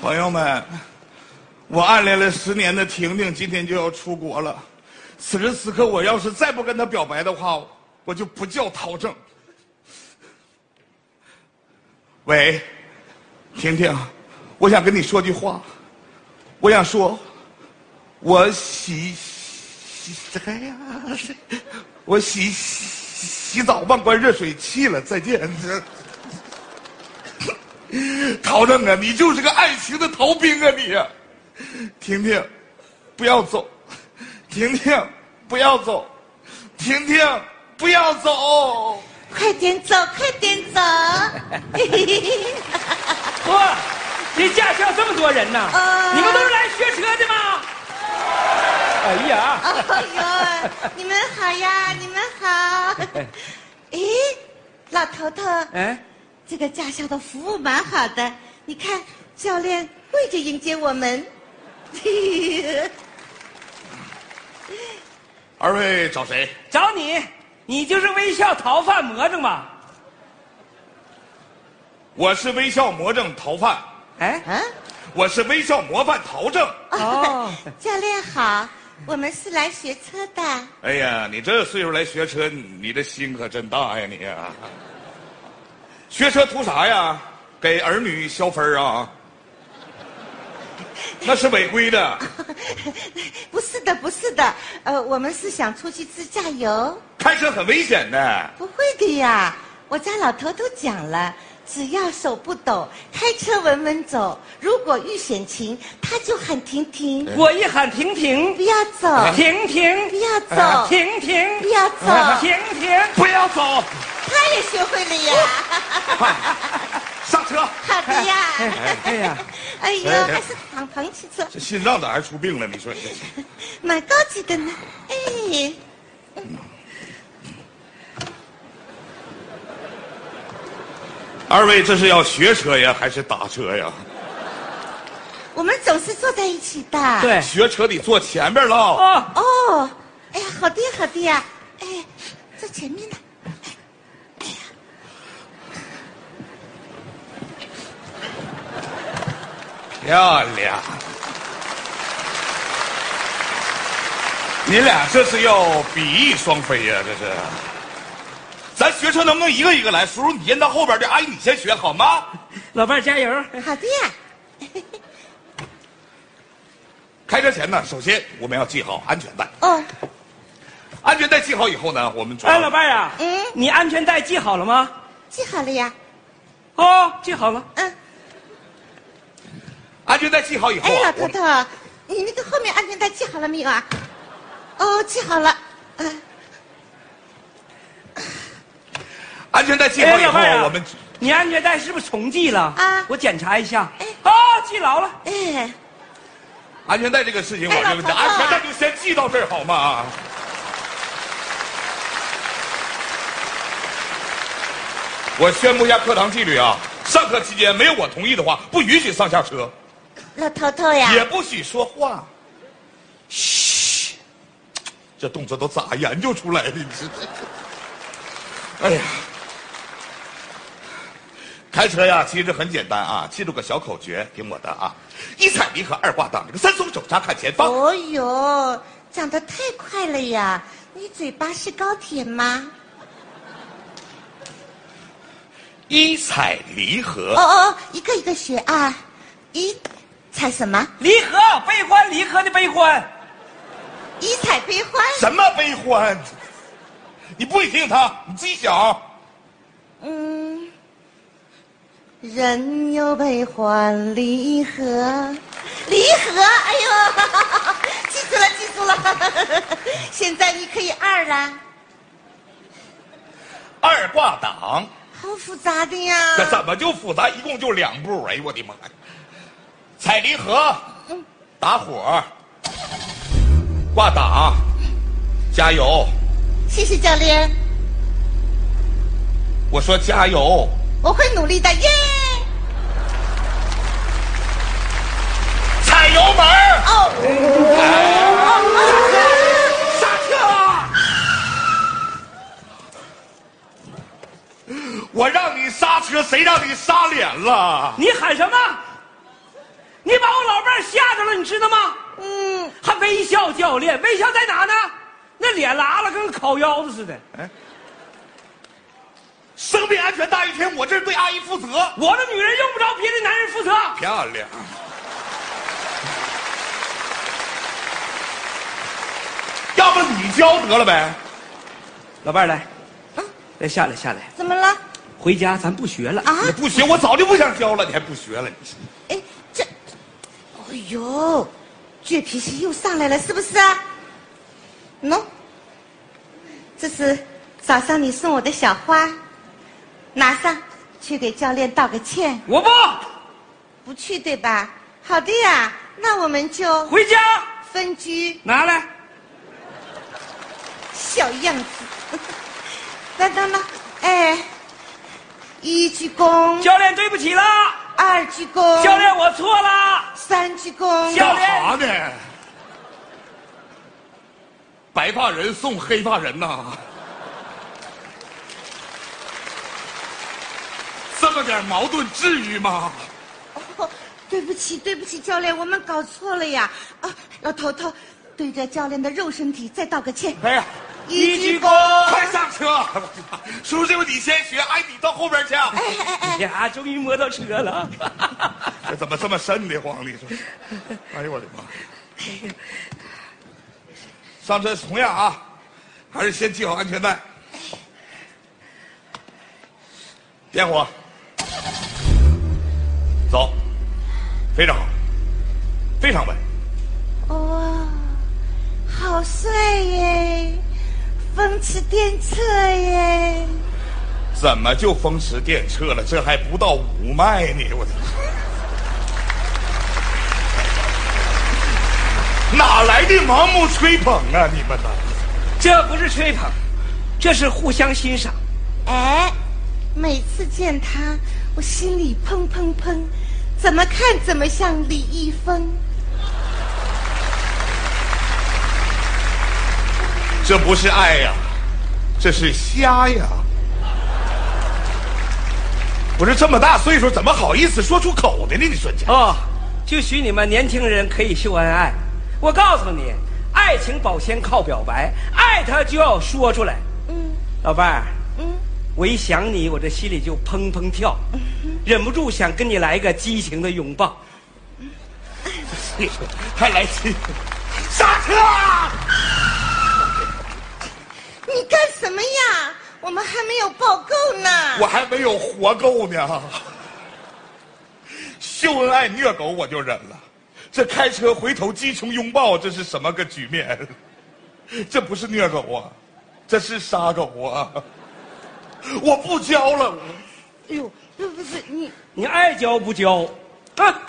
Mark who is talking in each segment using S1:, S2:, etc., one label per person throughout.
S1: 朋友们，我暗恋了十年的婷婷今天就要出国了，此时此刻我要是再不跟她表白的话，我就不叫陶正。喂，婷婷，我想跟你说句话，我想说，我洗洗哎呀，我洗洗洗澡忘关热水器了，再见。陶正啊，你就是个爱情的逃兵啊你！婷婷，不要走！婷婷，不要走！婷婷，不要走！
S2: 快点走，快点走！ 哎
S3: 哇，这驾校这么多人呢
S2: 啊，
S3: 你们都是来学车的吗？哎呀，
S2: 哎呦，你们好呀，你们好！哎，老头头，
S3: 哎，
S2: 这个驾校的服务蛮好的，你看教练跪着迎接我们。
S1: 二位找谁？
S3: 找你，你就是微笑逃犯魔怔吧？
S1: 我是微笑魔怔逃犯，
S3: 哎，
S2: 啊，
S1: 我是微笑模范陶正。
S3: 哦，
S2: 教练好，我们是来学车的。
S1: 哎呀，你这岁数来学车，你你这心可真大呀你啊学车图啥呀？给儿女消分儿啊？那是违规的。
S2: 不是的，不是的，呃，我们是想出去自驾游。
S1: 开车很危险的。
S2: 不会的呀，我家老头都讲了，只要手不抖，开车稳稳走。如果遇险情，他就喊停停，
S3: 我一喊停停
S2: 不要走，
S3: 停停
S2: 不要走，
S3: 停停，
S2: 不要走，
S3: 停停，
S2: 呃
S1: 不要走，
S2: 他也学会了呀。
S1: 上车。
S2: 好的呀。
S3: 哎呀，
S2: 哎呦，
S1: 哎哎
S2: 还是敞篷汽车，
S1: 这心脏咋还出病了？你说这
S2: 蛮高级的呢。哎，
S1: 二位这是要学车呀，还是打车呀？
S2: 我们总是坐在一起的。。
S3: 对，
S1: 学车得坐前边了。
S3: 哦，
S2: 哦，哎呀，好的呀，好的呀，哎，坐前面呢。
S1: 漂亮。你俩这是要比翼双飞呀、这是。咱学车能不能一个一个来？叔叔你先到后边的，阿姨你先学好吗？
S3: 老伴儿加油，
S2: 好的呀，
S1: 开车前呢，首先我们要系好安全带。
S2: 哦，
S1: 安全带系好以后呢，我们主要
S3: 哎，老伴儿啊，
S2: 呃嗯
S3: 你安全带系好了吗？
S2: 记好了呀，
S3: 哦，系好了。
S2: 嗯，
S1: 安全带系好以后、
S2: 哎，
S1: 啊
S2: 老，
S1: 我
S2: 头
S1: 们
S2: 头，你那个后面安全带系好了没有啊？哦，系好了，嗯，
S1: 安全带系好
S3: 哎，
S1: 以
S3: 老
S1: 后，
S3: 伴儿啊，
S1: 我们
S3: 你安全带是不是重系了？
S2: 啊
S3: 我检查一下
S2: 哎。
S3: 啊，系牢了。
S2: 哎，
S1: 安全带这个事情，我
S2: 哎
S1: 认为
S2: 老头子
S1: 安全带就先系到这儿好吗？啊我宣布一下课堂纪律啊！上课期间没有我同意的话，不允许上下车，
S2: 老头头哎呀，
S1: 也不许说话。嘘，这动作都咋研究出来的？你这这，哎呀，开车呀，其实很简单啊，记住个小口诀，听我的啊：一踩离合，二挂档，这个三松手刹看前方。
S2: 哦哟，长得太快了呀，你嘴巴是高铁吗？
S1: 一踩离合，
S2: 哦哦，一个一个学啊，一踩什么？
S3: 离合悲欢，离合的悲欢。
S2: 一踩悲欢，
S1: 什么悲欢？你不许听他，你自己想。
S2: 嗯，人有悲欢离合，离合，哎呦，记住了，记住了。 现在你可以二了，
S1: 二挂档，
S2: 好复杂的呀。
S1: 这怎么就复杂？一共就两步。哎呦我的妈呀！踩离合，打火，挂档，加油！
S2: 谢谢教练，
S1: 我说加油！
S2: 我会努力的，耶！
S1: 踩油门儿，
S2: 哦，
S3: 刹车 啊！
S1: 我让你刹车，谁让你刹脸了？
S3: 你喊什么？你把我老伴儿吓着了，你知道吗？
S2: 嗯，
S3: 还微笑教练，微笑在哪呢？那脸拉了跟烤腰子似的。
S1: 哎，生命安全大于天，我这是对阿姨负责。
S3: 我的女人用不着别的男人负责。
S1: 漂亮。要不你教得了呗？
S3: 老伴儿来，来下来下来，
S2: 啊怎么了？
S3: 回家咱不学了。
S2: 啊？
S1: 你不学，我早就不想教了，你还不学了？你
S2: 哎，这，哎呦，倔脾气又上来了，是不是啊？喏、这是早上你送我的小花，拿上去给教练道个歉，
S3: 我不
S2: 不去对吧？好的呀，那我们就
S3: 回家，
S2: 分居。
S3: 拿来。
S2: 小样子， 来来来，哎，一鞠躬，
S3: 教练，对不起啦，
S2: 二鞠躬，
S3: 教练，我错啦。
S2: 三鞠躬，
S3: 教练
S1: 干啥呢？白发人送黑发人呐、这么点矛盾至于吗？
S2: 哦，对不起，对不起，教练，我们搞错了呀！啊，老头头，对着教练的肉身体再道个歉。
S1: 哎呀，
S2: 一鞠躬
S1: 快上车！我的妈叔叔，这回你先学，哎，你到后边去。
S2: 哎哎哎，
S3: 呀，终于摸到车了。
S1: 这哎怎么这么瘆得慌？你说，哎呦我的妈！上车同样啊，还是先系好安全带。点火，走，非常好，非常稳。
S2: 哇，哦好帅耶，风驰电掣耶！
S1: 怎么就风驰电掣了？这还不到五迈呢！我的，哪来的盲目吹捧啊？你们呐，
S3: 这不是吹捧，这是互相欣赏。
S2: 哎，每次见他，我心里砰砰砰，怎么看怎么像李易峰。
S1: 这不是爱呀、这是瞎呀！不是这么大岁数，怎么好意思说出口的呢？你说你这
S3: 哦，就许你们年轻人可以秀恩爱。我告诉你，爱情保鲜靠表白，爱他就要说出来。
S2: 嗯
S3: 老伴儿，
S2: 嗯，
S3: 我一想你，我这心里就砰砰跳，忍不住想跟你来个激情的拥 抱。
S1: 还来气？刹车啊！
S2: 你干什么呀？我们还没有报够呢。
S1: 我还没有活够呢。秀恩爱虐狗我就忍了，这开车回头激情拥抱，这是什么个局面？这不是虐狗啊，这是杀狗啊！我不教了，
S2: 哎呦，不不不，你
S3: 你爱教不教？啊，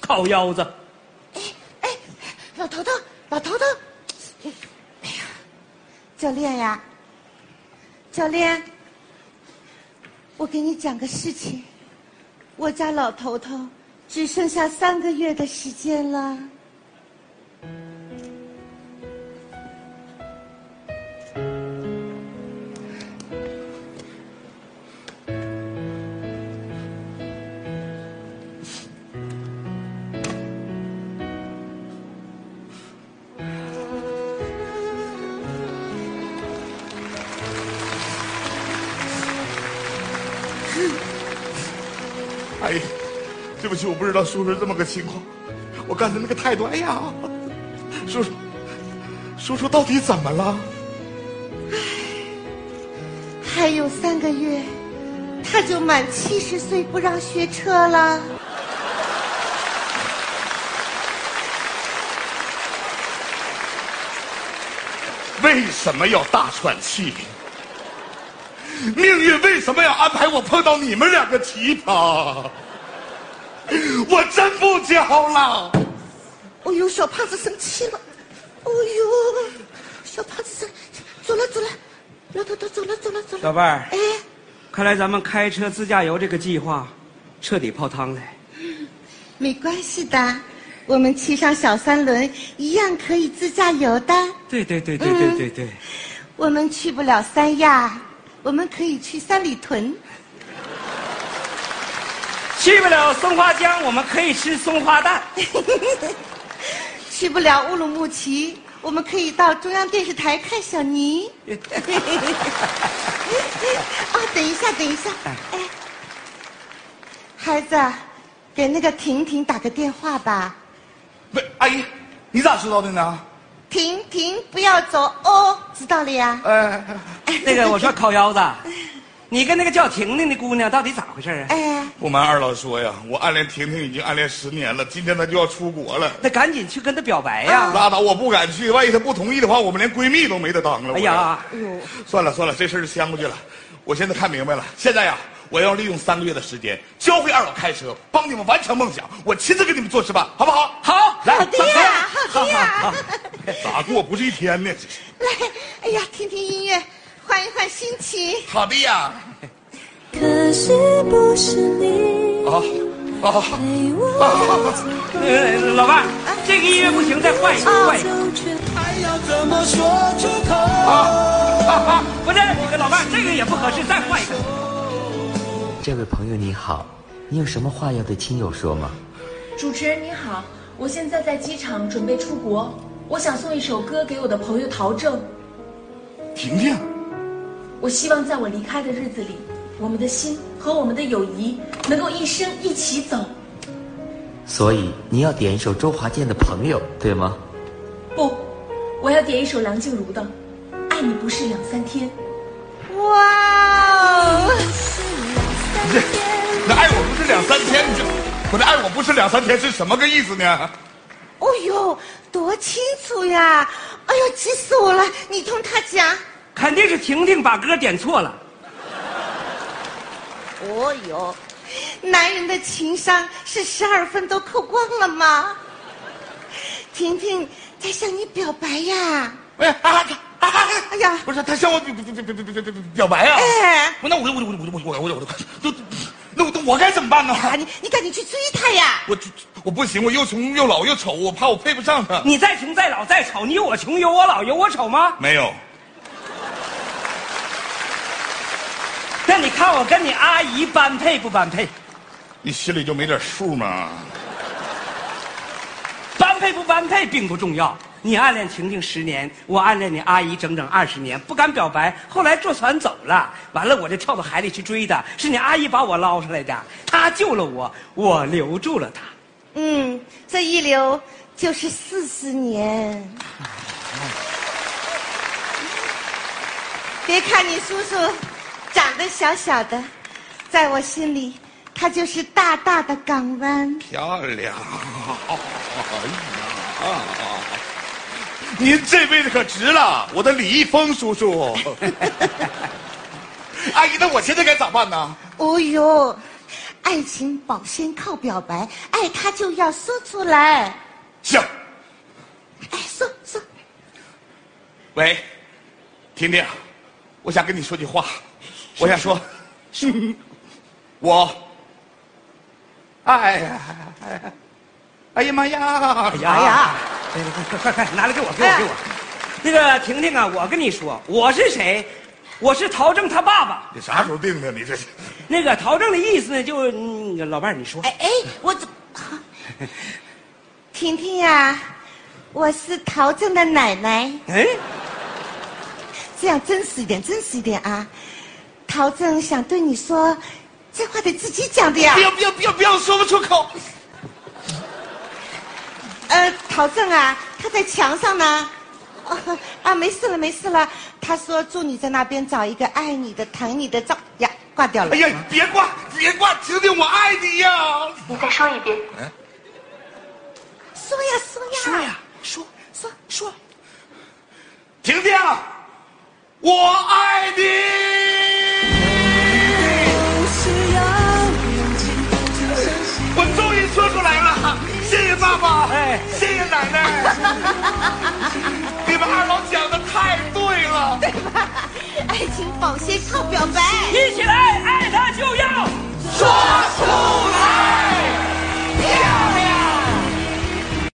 S3: 烤腰子，
S2: 哎哎，老头头，老头头，哎呀，教练呀，教练，我给你讲个事情，我家老头头只剩下三个月的时间了。
S1: 哎呀，对不起，我不知道叔叔这么个情况，我刚才那个态度，哎呀，叔叔，叔叔到底怎么了？
S2: 还有三个月，他就满七十岁，不让学车了。
S1: 为什么要大喘气？命运为什么要安排我碰到你们两个奇葩？我真不教了。
S2: 哦呦，小胖子生气了。哦呦，小胖子生走了走了，老头头走了走了走了。
S3: 老伴儿
S2: 哎，
S3: 看来咱们开车自驾游这个计划彻底泡汤了。
S2: 没关系的，我们骑上小三轮一样可以自驾游的。
S3: 对对对对对对对，
S2: 我们去不了三亚，我们可以去三里屯。
S3: 去不了松花江，我们可以吃松花蛋。
S2: 去不了乌鲁木齐，我们可以到中央电视台看小尼。 哦，等一下，等一下，哎，孩子，啊给那个婷婷打个电话吧。
S1: 不是，阿姨，哎你咋知道的呢？
S2: 婷婷，不要走哦，知道了呀？
S1: 哎，
S3: 那个，我说烤腰子，你跟那个叫婷婷的姑娘到底咋回事啊？
S2: 哎，
S1: 不瞒二老说呀，我暗恋婷婷已经暗恋十年了，今天她就要出国了。
S3: 那赶紧去跟她表白呀！
S1: 拉倒，我不敢去，万一她不同意的话，我们连闺蜜都没得当了。
S3: 哎呀，
S2: 哎呦，
S1: 算了算了，这事儿就相过去了。我现在看明白了，现在呀，我要利用三个月的时间教会二老开车，帮你们完成梦想。我亲自给你们做示范，好不好？
S3: 好，
S1: 来
S2: 好的呀，好的呀。
S1: 咋过不是一天呢？这是
S2: 来，哎呀，听听音乐，换一换心情。
S1: 好的呀。
S4: 可惜不是你
S1: 啊啊！
S4: 陪我走
S3: 呃老伴儿，这个音乐不行，再换一个，换一个。
S4: 走却
S5: 还要怎么说出口？
S3: 不是，你跟老伴儿这个也不合适，再换一个。
S6: 这位朋友你好，你有什么话要对亲友说吗？
S7: 主持人你好，我现在在机场准备出国，我想送一首歌给我的朋友陶正。
S1: 婷婷，
S7: 我希望在我离开的日子里，我们的心和我们的友谊能够一生一起走。
S6: 所以你要点一首周华健的《朋友》，对吗？
S7: 不，我要点一首梁静茹的《爱你不是两三天》。
S2: 哇哦！
S1: 那爱我不是两三天，你这不是爱我不是两三天是什么个意思呢？
S2: 哦呦，多清楚呀！哎呦，急死我了！你同他讲。
S3: 肯定是婷婷把歌点错了。
S2: 哦呦，男人的情商是十二分都扣光了吗？婷婷在向你表白呀！
S1: 哎呀，啊啊啊！
S2: 哎呀，
S1: 不是他向我表表表表表表表白啊！
S2: 哎，
S1: 那我我我我我我我我那那我我该怎么办呢？
S2: 啊，你你赶紧去追他呀！
S1: 我我不行，我又穷又老又丑，我怕我配不上他。
S3: 你再穷再老再丑，你有我穷有我老有我丑吗？
S1: 没有，
S3: 那你看我跟你阿姨般配不般配？
S1: 你心里就没点数吗？
S3: 般配不般配并不重要。你暗恋婷婷十年，我暗恋你阿姨整整二十年，不敢表白。后来坐船走了，完了我就跳到海里去追她，是你阿姨把我捞上来的，她救了我，我留住了她。
S2: 嗯，这一留就是四十年。别看你叔叔长得小小的，在我心里，他就是大大的港湾。
S1: 漂亮！ 哎您这辈子可值了，我的李易峰叔叔。 阿姨，那我现在该咋办呢？
S2: 哦呦，爱情保鲜靠表白，爱他就要说出来。
S1: 行，
S2: 哎，说说，
S1: 喂，婷婷，我想跟你说句话，我想说，我，哎呀，哎呀妈呀！
S3: 哎呀，哎快快快，拿来给我，给我，给我。那个婷婷啊，我跟你说，我是谁？我是陶正他爸爸。
S1: 你啥时候定的？你这是
S3: 那个陶正的意思呢，就、嗯、老伴儿你说，
S2: 哎哎，我怎么？ 啊婷婷呀，我是陶正的奶奶，
S3: 哎，
S2: 这样真实一点，真实一点啊。陶正想对你说，这话得自己讲的呀
S1: 不。要不要不要不要说不出口。
S2: 呃，陶正啊，他在墙上呢。 哦啊，没事了，没事了。他说祝你在那边找一个爱你的、疼你的，照呀，挂掉了
S1: 哎。呀，别挂，别挂，婷婷，我爱你呀！
S7: 你再说一遍。
S2: 说呀，说呀，
S1: 说呀，
S2: 说说说。
S1: 婷婷，我爱你！
S4: 不需要勇气，只相信
S1: 我终于说出来了，谢谢爸爸，
S3: 哎
S1: 谢谢奶奶，